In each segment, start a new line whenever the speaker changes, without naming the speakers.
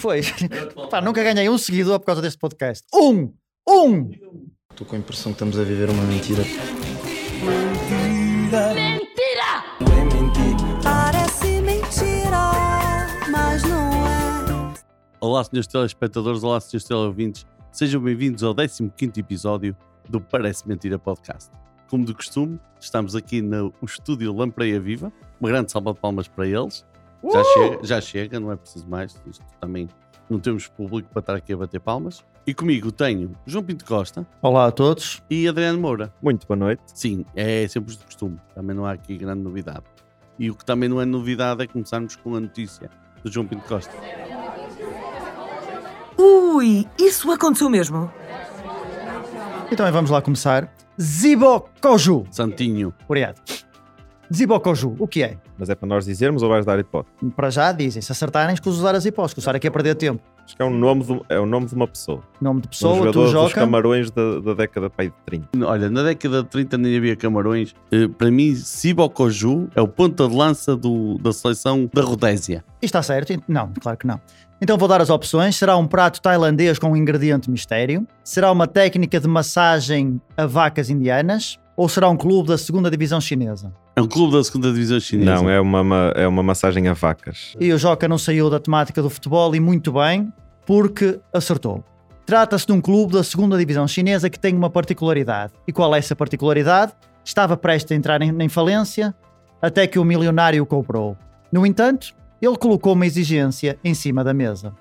Pois. Pá, nunca ganhei um seguidor por causa deste podcast. Um! Um!
Estou com a impressão que estamos a viver uma mentira.
Parece mentira, mas não é.
Olá, senhores telespectadores, olá, senhores teleouvintes. Sejam bem-vindos ao 15º episódio do Parece Mentira Podcast. Como de costume, estamos aqui no estúdio Lampreia Viva. Uma grande salva de palmas para eles. Já, chega, já chega, não é preciso mais. Isto também não temos público para estar aqui a bater palmas. E comigo tenho João Pinto Costa
Olá a todos.
e Adriano Moura.
Muito boa noite.
Sim, é sempre os de costume. Também não há aqui grande novidade. E o que também não é novidade é começarmos com a notícia do João Pinto Costa.
Ui, isso aconteceu mesmo?
E também vamos lá começar. Zibokoju.
Santinho,
Obrigado. Zibokoju, o que é?
Mas é para nós dizermos ou vais dar hipótese?
Para já dizem, se acertarem, escusar as hipóteses, que o Sara aqui a perder tempo.
Acho que é, um nome de, um- é o nome de uma pessoa.
Nome de
um
pessoa, tu
jogador dos
joga.
camarões da, da década pai, de 30.
Olha, na década de 30 nem havia camarões. Eh, Para mim, Sibokoju é o ponta de lança do- da seleção da Rodésia.
E está certo? Não, claro que não. Então vou dar as opções. Será um prato tailandês com um ingrediente mistério? Será uma técnica de massagem a vacas indianas? Ou será um clube da segunda divisão chinesa?
É um clube da segunda divisão chinesa.
Não, é uma, ma- é uma massagem a vacas.
E o Joca não saiu da temática do futebol e muito bem, porque acertou. Trata-se de um clube da segunda divisão chinesa que tem uma particularidade. E qual é essa particularidade? Estava prestes a entrar em, em falência até que o milionário o comprou. No entanto, ele colocou uma exigência em cima da mesa.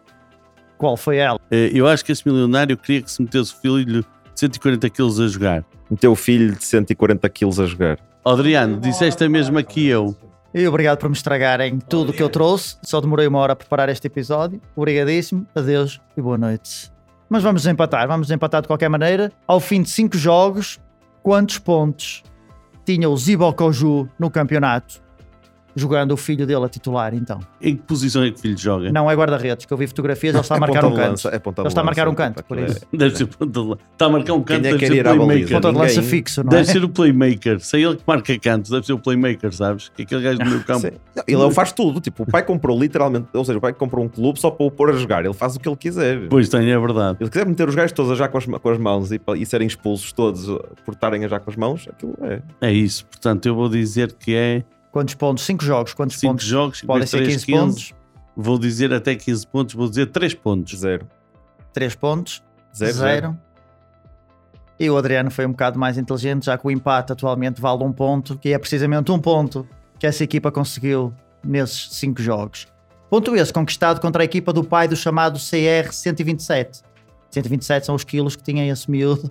Qual foi ela?
Eh, Eu acho que esse milionário queria que se metesse o filho de 140 quilos a jogar.
Meteu o filho de 140 quilos a jogar.
Adriano, disseste a mesma que eu.
E obrigado por me estragarem tudo o que eu trouxe. Só demorei uma hora a preparar este episódio. Obrigadíssimo, adeus e boa noite. Mas vamos desempatar, vamos desempatar de qualquer maneira. Ao fim de cinco jogos, quantos pontos tinha o Zibokoju no campeonato? Jogando o filho dele a titular, então.
Em que posição é que o filho joga?
Não é guarda-redes, que eu vi fotografias, ele está a
É
marcar
ponta
um
de
canto.
lança, É ponta de
Ele está a
lança,
marcar um
não é
canto,
para
por
aquilo, é-
isso.
Deve ser ponta de lança. Está a marcar um canto,
Quem é
deve
que
ser
quer ir à
playmaker.
Ponta de lança
Ninguém-
fixo, não é?
Deve ser o playmaker. Se é ele que marca canto, deve ser o playmaker, sabes? Que é aquele gajo do meu campo.
Sim. Não, Ele é o faz tudo, tipo, o pai comprou literalmente, ou seja, o pai comprou um clube só para o pôr a jogar, ele faz o que ele quiser.
Pois tem, é verdade.
Ele quiser meter os gajos todos a já com as, com as mãos e, pa- e serem expulsos todos por estarem a já com as mãos, aquilo é.
É isso. Portanto, eu vou dizer que é
Quantos pontos? Cinco jogos, quantos
5
pontos?
jogos,
Podem
dois,
ser
três,
15
15.
pontos,
Vou dizer até 15 pontos, vou dizer 3 pontos.
Zero.
3 pontos,
Zero. zero.
Zero. E o Adriano foi um bocado mais inteligente, já que o empate atualmente vale um ponto, que é precisamente um ponto que essa equipa conseguiu nesses cinco jogos. Ponto esse, conquistado contra a equipa do pai do chamado CR-127. 127 são os quilos que tinha esse miúdo.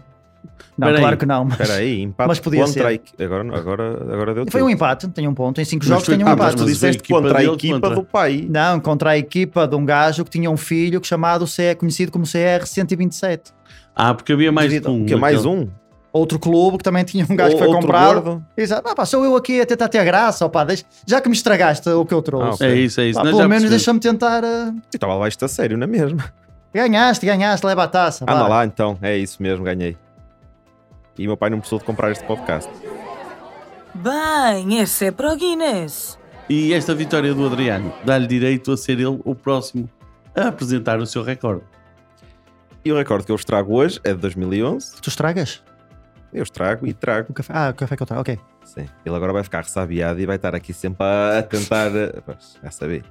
Não,
Peraí.
claro que não. mas-
Espera aí, empate
Mas podia
contra
ser.
a equi- Agora, não, agora, agora deu
E foi
tudo.
um empate, tem um ponto. Em cinco
Mas
jogos
foi-
tem um
Ah,
Ah, mas
empate.
tu
foi
disseste
a equipa
contra a
dele,
equipa
contra-
do pai.
Não, contra a equipa de um gajo que tinha um filho que chamado, CR conhecido como CR-127.
Ah, porque havia mais de um.
Que é mais
naquele-
um.
Outro clube que também tinha um gajo que
Ou-
foi
outro
comprado.
gordo.
Exato. Ah, pá, sou eu aqui a tentar ter a graça, ó pá, deixa- já que me estragaste o que eu trouxe.
Ah, ok.
É isso, é isso.
Pá,
Nós
pelo
já
menos deixa-me
percebemos.
tentar. eh,
E estava lá isto a sério, na mesma.
Ganhaste, ganhaste, leva a taça.
Anda
vá.
lá então, é isso mesmo, ganhei. E meu pai não precisou de comprar este podcast.
Bem, esse é para o Guinness.
E esta vitória do Adriano dá-lhe direito a ser ele o próximo a apresentar o seu recorde.
E o recorde que eu estrago hoje é de 2011.
Tu estragas
Eu estrago e trago.
o café? Ah, o café que eu trago, ok.
Sim. Ele agora vai ficar ressabiado e vai estar aqui sempre a tentar. eh, Pois, já saber.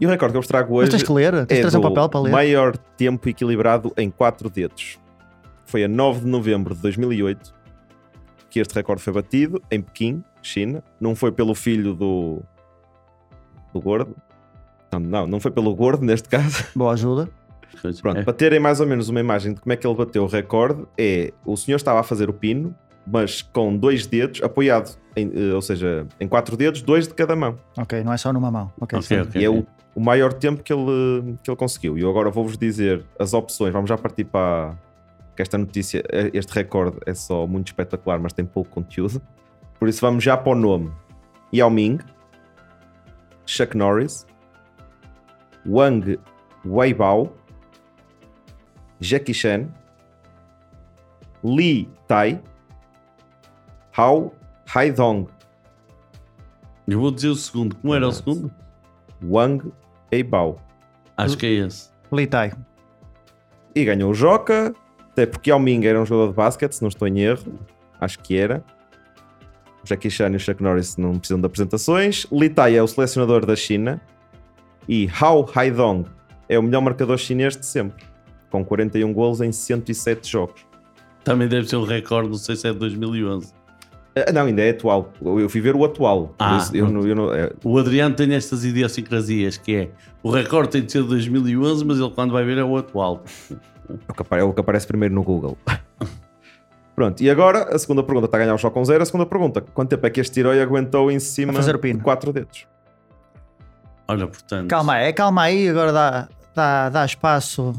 E o recorde que eu estrago
Mas
hoje
tens que ler, tens de
é
trazer um
do
papel para ler.
maior tempo equilibrado em 4 dedos. Foi a 9 de novembro de 2008 que este recorde foi batido em Pequim, China. Não foi pelo filho do. do gordo. Não, não, não foi pelo gordo neste caso.
Boa ajuda.
Pois,
Pronto,
é.
para terem mais ou menos uma imagem de como é que ele bateu o recorde, é o senhor estava a fazer o pino, mas com dois dedos apoiado, em, eh, ou seja, em quatro dedos, dois de cada mão.
Ok, não é só numa mão. Ok,
Ok,
sim.
ok.
E é o, o maior tempo que ele, que ele conseguiu. E eu agora vou-vos dizer as opções. Vamos já partir para que esta notícia, eh, este recorde é só muito espetacular, mas tem pouco conteúdo. Por isso vamos já para o nome. Yao Ming, Chuck Norris, Wang Weibao, Jackie Chan, Li Tai, Hao Haidong,
Eu vou dizer o segundo. Como era o segundo?
Wang Weibao.
Acho que é esse.
Litai.
E ganhou o Joca, até porque Yao Ming era um jogador de basquete, se não estou em erro. Acho que era. O Jackie Chan e o Chuck Norris não precisam de apresentações. Li Tai é o selecionador da China. E Hao Haidong é o melhor marcador chinês de sempre, com 41 golos em 107 jogos.
Também deve ser um recorde, não sei se é de 2011.
Ah, Não, ainda é atual. Eu fui ver o atual. Por
Ah,
isso eu, não- eu não- é,
O Adriano tem estas idiosincrasias, que é o recorde tem de ser de 2011, mas ele quando vai ver é o atual.
É o que apare- é o que aparece primeiro no Google. Pronto, e agora a segunda pergunta está a ganhar o jogo com zero. A segunda pergunta: quanto tempo é que este herói aguentou em cima
A fazer o
de
pino.
quatro dedos?
Olha, portanto...
Calma aí, calma aí, agora dá, dá, dá espaço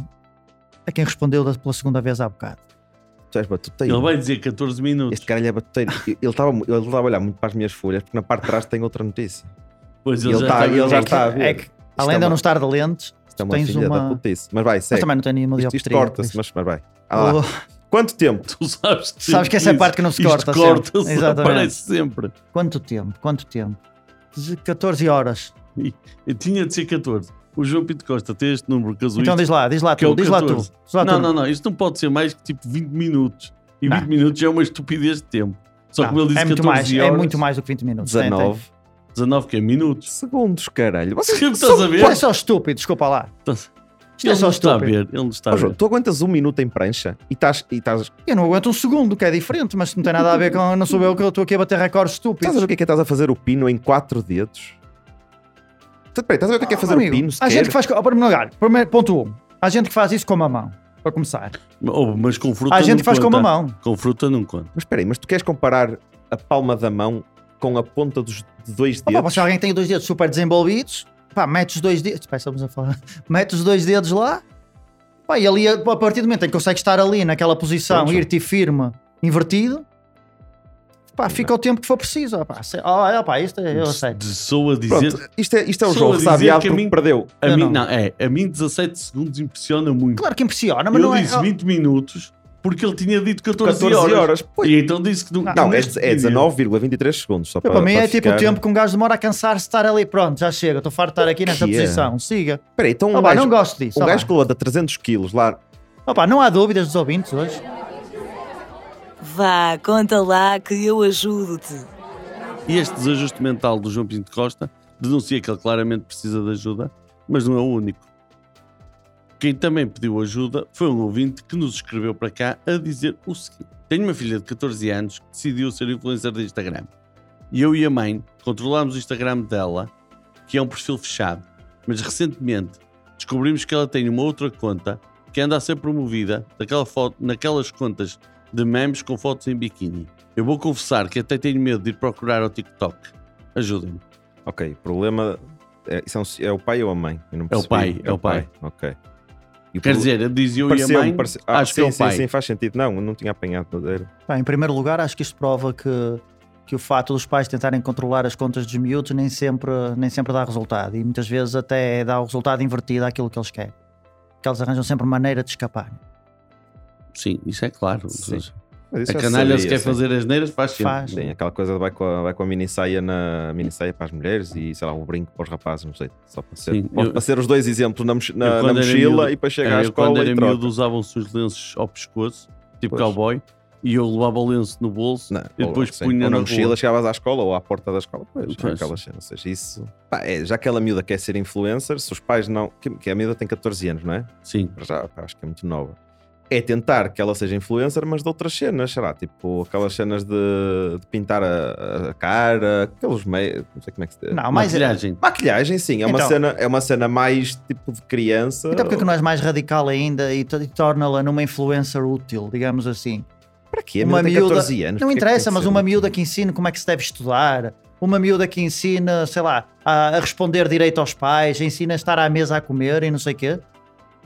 a quem respondeu da- pela segunda vez há bocado.
Tu és batuteiro.
Ele vai dizer 14 minutos.
Este caralho é batuteiro. Ele estava ele estava a olhar muito para as minhas folhas, porque na parte de trás tem outra notícia.
Pois
ele tá- ele já
bem.
está a ver.
É que,
é
além de eu
uma-
não estar de lentes,
Isto é uma
Tens
filha da
uma-
putice. Mas vai,
mas
segue.
também é não tenho nenhuma
isto isto
dioptria.
corta-se,
por isso.
mas, mas vai. Ah lá.
Oh,
Quanto tempo?
Tu sabes que,
Sabes que essa é a parte que não se
isto
corta sempre.
corta -se,
Exatamente.
aparece sempre.
quanto tempo? Quanto tempo? 14 horas.
Eu tinha de ser 14. O João Pinto Costa tem este número casuístico.
Então diz lá, diz lá
que é
tu,
o
diz lá tu.
14.
Diz lá
não,
tu.
não, não. Isto não pode ser mais que tipo 20 minutos. E
Não.
20 minutos já é uma estupidez de tempo. Só que como ele disse
é muito
14
mais,
horas,
É muito mais do que 20 minutos. Então, Tem, tem.
19
19 que é minutos.
segundos, caralho. Vocês
Sempre
são-
estás a ver?
Tu és é só estúpido, desculpa lá.
Estás-
Isto
Ele
é só
não está a
estúpido.
ver. Ele não está a
Ó, João,
ver.
tu aguentas um minuto em prancha e estás e estás
Eu não aguento um segundo, que é diferente, mas não tem nada a ver com. Não sou eu que eu estou aqui a bater recordes
Estás a
estúpidos.
ver o que é que estás a fazer o pino em quatro dedos? Então, Peraí, estás a ver o que é que é fazer
Ah, Amigo,
o pino
Há
sequer?
gente que faz. Ó, primeiro lugar, primeiro, ponto 1. Um, há gente que faz isso com uma mão, para começar.
Oh, mas com fruta
há Ah, gente
não
que faz com
conta.
uma mão.
Com fruta não conta.
Mas peraí, mas tu queres comparar a palma da mão com a ponta dos dois
Opa,
dedos?
se alguém tem dois dedos super desenvolvidos, pá, mete os dois dedos. Pá, estamos a falar. Mete os dois dedos lá. Pá, e ali, a partir do momento em que consegue estar ali, naquela posição,
Pois.
ir-te firme, invertido, pá, fica o tempo que for preciso. ó, Pá, Se- ó, ó, pá, isto é, eu aceito.
Sou a dizer...
Pronto, isto é, isto é o
Só
jogo
a
que sabe
dizer
alto
que a
porque
mim-
perdeu.
A
Eu
mim,
não.
não, é, a mim 17 segundos impressiona muito.
Claro que impressiona, mas
Ele
não é.
disse
ó,
20 minutos porque ele tinha dito 14,
14
horas.
horas. Pois.
E então disse que não.
Ah, um
Não, é,
neste
é
vídeo.
19,23 segundos. Só para,
para mim é tipo
ficar.
o tempo que um gajo demora a cansar de estar ali. Pronto, já chega, estou farto de estar aqui nesta
que é?
posição. Siga.
Peraí, então um
Ó, pá,
gajo,
não gosto disso.
um
ó,
gajo
pá.
que levanta 300 quilos lá.
Ó, pá, não há dúvidas dos ouvintes hoje.
Vá, conta lá que eu ajudo-te.
E este desajuste mental do João Pinto Costa denuncia que ele claramente precisa de ajuda, mas não é o único. Quem também pediu ajuda foi um ouvinte que nos escreveu para cá a dizer o seguinte: Tenho uma filha de 14 anos que decidiu ser influencer de Instagram. E eu e a mãe controlámos o Instagram dela, que é um perfil fechado, mas recentemente descobrimos que ela tem uma outra conta que anda a ser promovida daquela foto, naquelas contas de memes com fotos em biquíni. Eu vou confessar que até tenho medo de ir procurar ao TikTok. Ajudem-me.
Ok, problema. É, isso é, um- é o pai ou a mãe? Eu não
É o
percebi.
pai, é o pai.
Ok. E o
Quer
pro-
dizer, dizia eu e a
pareceu-
mãe,
parece- ah,
acho
sim,
que é o
sim,
pai.
Sim, faz sentido. Não, eu não tinha apanhado. Era-
Pá, em primeiro lugar, acho que isto prova que, que o fato dos pais tentarem controlar as contas dos miúdos nem sempre, nem sempre dá resultado. E muitas vezes até dá o resultado invertido àquilo que eles querem. Que eles arranjam sempre maneira de escapar.
Sim, isso é claro.
Sim. Mas isso
A
já
canalha se
sabia,
quer
sim.
fazer as neiras, faz sempre. Eh,
Faz.
Sim, aquela coisa de vai com a, vai com a mini saia na mini saia para as mulheres e sei lá, o brinco para os rapazes, não sei, só para ser,
Sim,
para-
eu-
para ser os dois exemplos na, moch- na-
Eu
na
quando era
mochila
miúdo-
e para chegar à
Era, eu quando
escola
era
e troca.
miúdo usavam-se os lenços ao pescoço, tipo
Pois.
cowboy, e eu levava o lenço no bolso
Não,
e depois
ou, sim,
punha
ou
na
na
rua.
mochila, chegavas à escola ou à porta da escola, pois,
Pois.
aquelas cenas. Ou seja, isso, pá, é, já que aquela miúda quer ser influencer, se os pais não, que, que a miúda tem 14 anos, não é?
Sim.
Para já, pá, acho que é muito nova. É tentar que ela seja influencer, mas de outras cenas, será? Tipo aquelas cenas de, de pintar a, a cara, aqueles meios, não sei como é que se diz.
Não, mas.
Maquilhagem.
Maquilhagem, sim, é, uma,
Então.
cena, é uma cena mais tipo de criança.
Então porque é que não és mais radical ainda e, to- e torna-la numa influencer útil, digamos assim?
Para quê? A
uma
miúda tem
miúda-
14 anos.
Não
porque é que
interessa,
tem
mas
ser
uma
útil?
miúda que ensina como é que se deve estudar, uma miúda que ensina, sei lá, a, a responder direito aos pais, ensina a estar à mesa a comer e não sei o quê.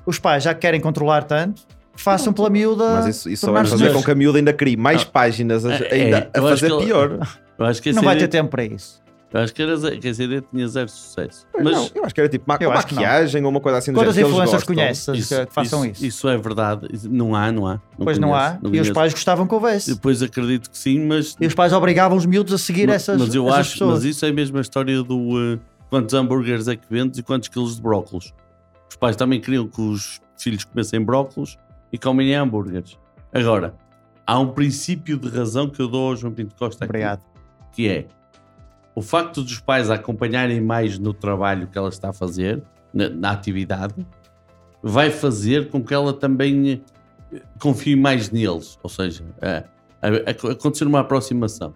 Os pais já que querem controlar tanto, façam pela miúda.
Mas isso, isso só vai
tornar-se
fazer
melhor.
com que a miúda ainda crie mais
Ah,
páginas a-
é,
ainda a
eu acho
fazer
que ela-
pior.
Eu acho que essa
Não vai ter
ideia,
tempo para isso.
eu acho que, era, ze- que essa ideia tinha zero sucesso.
Mas, não, eu acho que era tipo ma
Eu acho que não.
maquiagem ou uma coisa assim do
Quantas
género que eles
influencers
gostam.
conheces que que façam isso?
isso. é verdade. Isso- Não há, não há.
pois não há.
conheço,
e os
conheço.
pais gostavam que houvesse.
Depois acredito que sim, mas
E os pais obrigavam os miúdos a seguir
Mas-
essas,
mas eu
essas
acho,
pessoas.
mas isso é mesmo a história do eh, quantos hambúrgueres é que vendes e quantos quilos de brócolos. Os Os pais também queriam que os filhos comessem brócolos e comem hambúrgueres. Agora, há um princípio de razão que eu dou ao João Pinto Costa aqui,
Obrigado.
que é o facto dos pais a acompanharem mais no trabalho que ela está a fazer, na, na atividade, vai fazer com que ela também eh, confie mais neles. Ou seja, a, a, a- acontecer uma aproximação.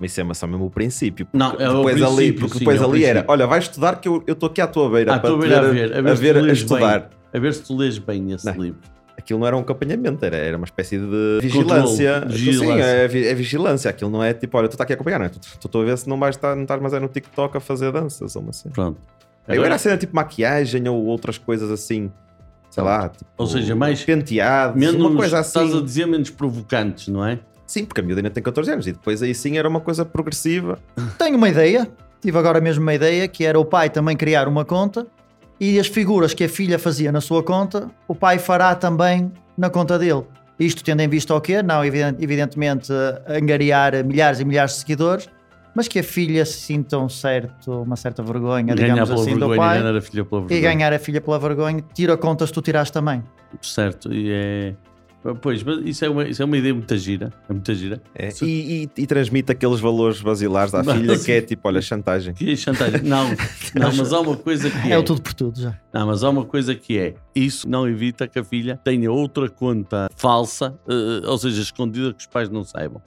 Mas isso é, mas só mesmo o princípio. porque
Não, é o
depois ali,
princípio,
porque
sim,
depois
é o
ali era,
princípio.
olha, vai estudar que eu eu estou aqui à tua beira
À
para
tua
te
beira a
ver
ver, a ver
a,
se
ver
tu
a
lês
estudar.
A ver se tu lês bem esse
Não. é?
livro.
Aquilo não era um acompanhamento, era, era uma espécie de vigilância.
Controle,
Sim,
vigilância.
é, vi- é vigilância. Aquilo não é tipo, olha, tu estás aqui a acompanhar, não é? Tu tu- tu estou a ver se não vais estar, não estás mais é no TikTok a fazer danças ou uma cena.
Pronto.
eu
Agora, é
era a cena tipo maquiagem ou outras coisas assim, sei lá, tipo,
Ou seja, mais-
penteados,
menos,
uma coisa
estás a
assim.
dizer menos provocantes, não é?
Sim, porque a miúda ainda tem 14 anos e depois aí sim era uma coisa progressiva.
Tenho uma ideia, tive agora mesmo uma ideia, que era o pai também criar uma conta e as figuras que a filha fazia na sua conta, o pai fará também na conta dele. Isto tendo em vista o quê? Não, eviden- evidentemente, eh, angariar milhares e milhares de seguidores, mas que a filha se sinta um certo, uma certa vergonha,
Ganhar
digamos
pela
assim, do
vergonha e
pai.
ganhar a filha pela vergonha.
E ganhar a filha pela vergonha, tira contas, tu tiraste também.
Certo, e é. Pois, mas isso é uma, isso é uma ideia muito gira. É muito gira.
É,
Se-
e, e- e transmite aqueles valores basilares à
Mas-
filha que é tipo, olha, chantagem.
Que é chantagem. Não, não, mas há uma coisa que é.
É o tudo por tudo já.
Não, Ah, mas há uma coisa que é. Isso não evita que a filha tenha outra conta falsa, eh, ou seja, escondida que os pais não saibam.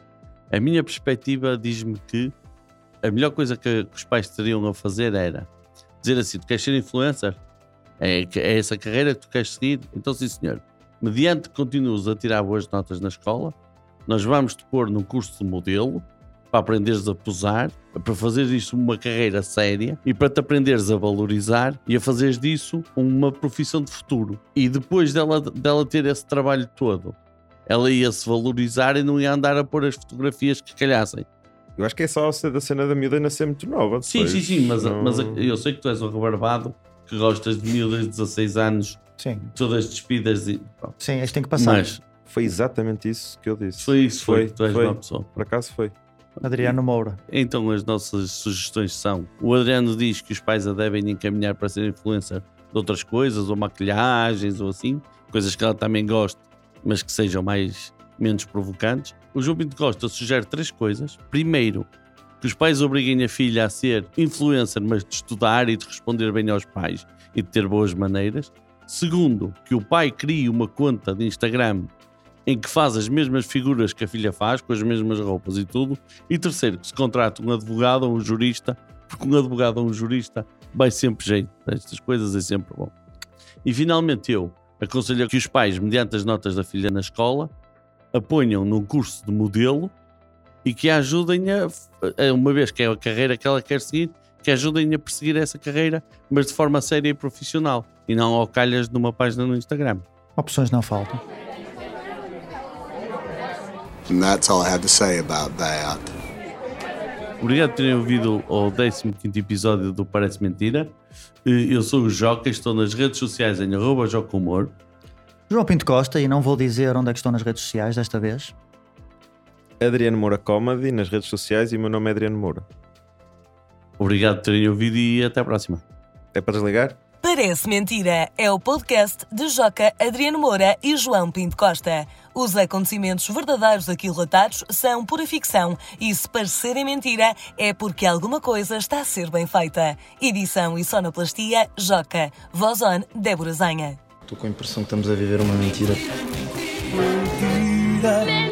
A minha perspectiva diz-me que a melhor coisa que, que os pais teriam a fazer era dizer assim: tu queres ser influencer? É, que- é essa carreira que tu queres seguir? Então, sim, senhor. Mediante que continuas a tirar boas notas na escola, nós vamos te pôr num curso de modelo para aprenderes a posar, para fazeres disso uma carreira séria e para te aprenderes a valorizar e a fazeres disso uma profissão de futuro. E depois dela, dela ter esse trabalho todo, ela ia se valorizar e não ia andar a pôr as fotografias que calhassem.
Eu acho que é só a cena- da cena da miúda ainda ser muito nova.
Sim,
depois
sim, sim, mas,
não-
mas eu sei que tu és um rebarbado que gostas de miúdas de 16 anos,
Sim,
todas despidas e. pronto.
sim, este tem que passar.
Mas
Foi exatamente isso que eu disse.
foi isso, foi,
Foi,
tu és
foi.
uma pessoa.
Por acaso foi.
Adriano Moura.
Então as nossas sugestões são: o Adriano diz que os pais a devem encaminhar para ser influencer de outras coisas, ou maquilhagens, ou assim, coisas que ela também goste, mas que sejam mais menos provocantes. O João Pinto Costa sugere três coisas. Primeiro, que os pais obriguem a filha a ser influencer, mas de estudar e de responder bem aos pais e de ter boas maneiras. Segundo, que o pai crie uma conta de Instagram em que faz as mesmas figuras que a filha faz, com as mesmas roupas e tudo, e terceiro, que se contrata um advogado ou um jurista, porque um advogado ou um jurista vai sempre jeito para estas coisas, é sempre bom. E finalmente eu aconselho que os pais, mediante as notas da filha na escola, a ponham num curso de modelo e que a ajudem a, a- uma vez que é a carreira que ela quer seguir, que a ajudem a perseguir essa carreira, mas de forma séria e profissional, e não ao calhas numa página no Instagram.
Opções não faltam.
And that's all I have to say about that.
Obrigado por terem ouvido o 15 episódio do Parece Mentira. Eh, Eu sou o Joca, estou nas redes sociais em arroba Jocumor.
João Pinto Costa, e não vou dizer onde é que estão nas redes sociais desta vez.
Adriano Moura Comedy nas redes sociais e o meu nome é Adriano Moura.
Obrigado por terem ouvido e até à próxima.
É para desligar?
Parece mentira. É o podcast de Joca, Adriano Moura e João Pinto Costa. Os acontecimentos verdadeiros aqui relatados são pura ficção e se parecerem mentira é porque alguma coisa está a ser bem feita. Edição e sonoplastia, Joca. Voz on, Débora Zanha.
Estou com a impressão que estamos a viver uma mentira.
Mentira, mentira,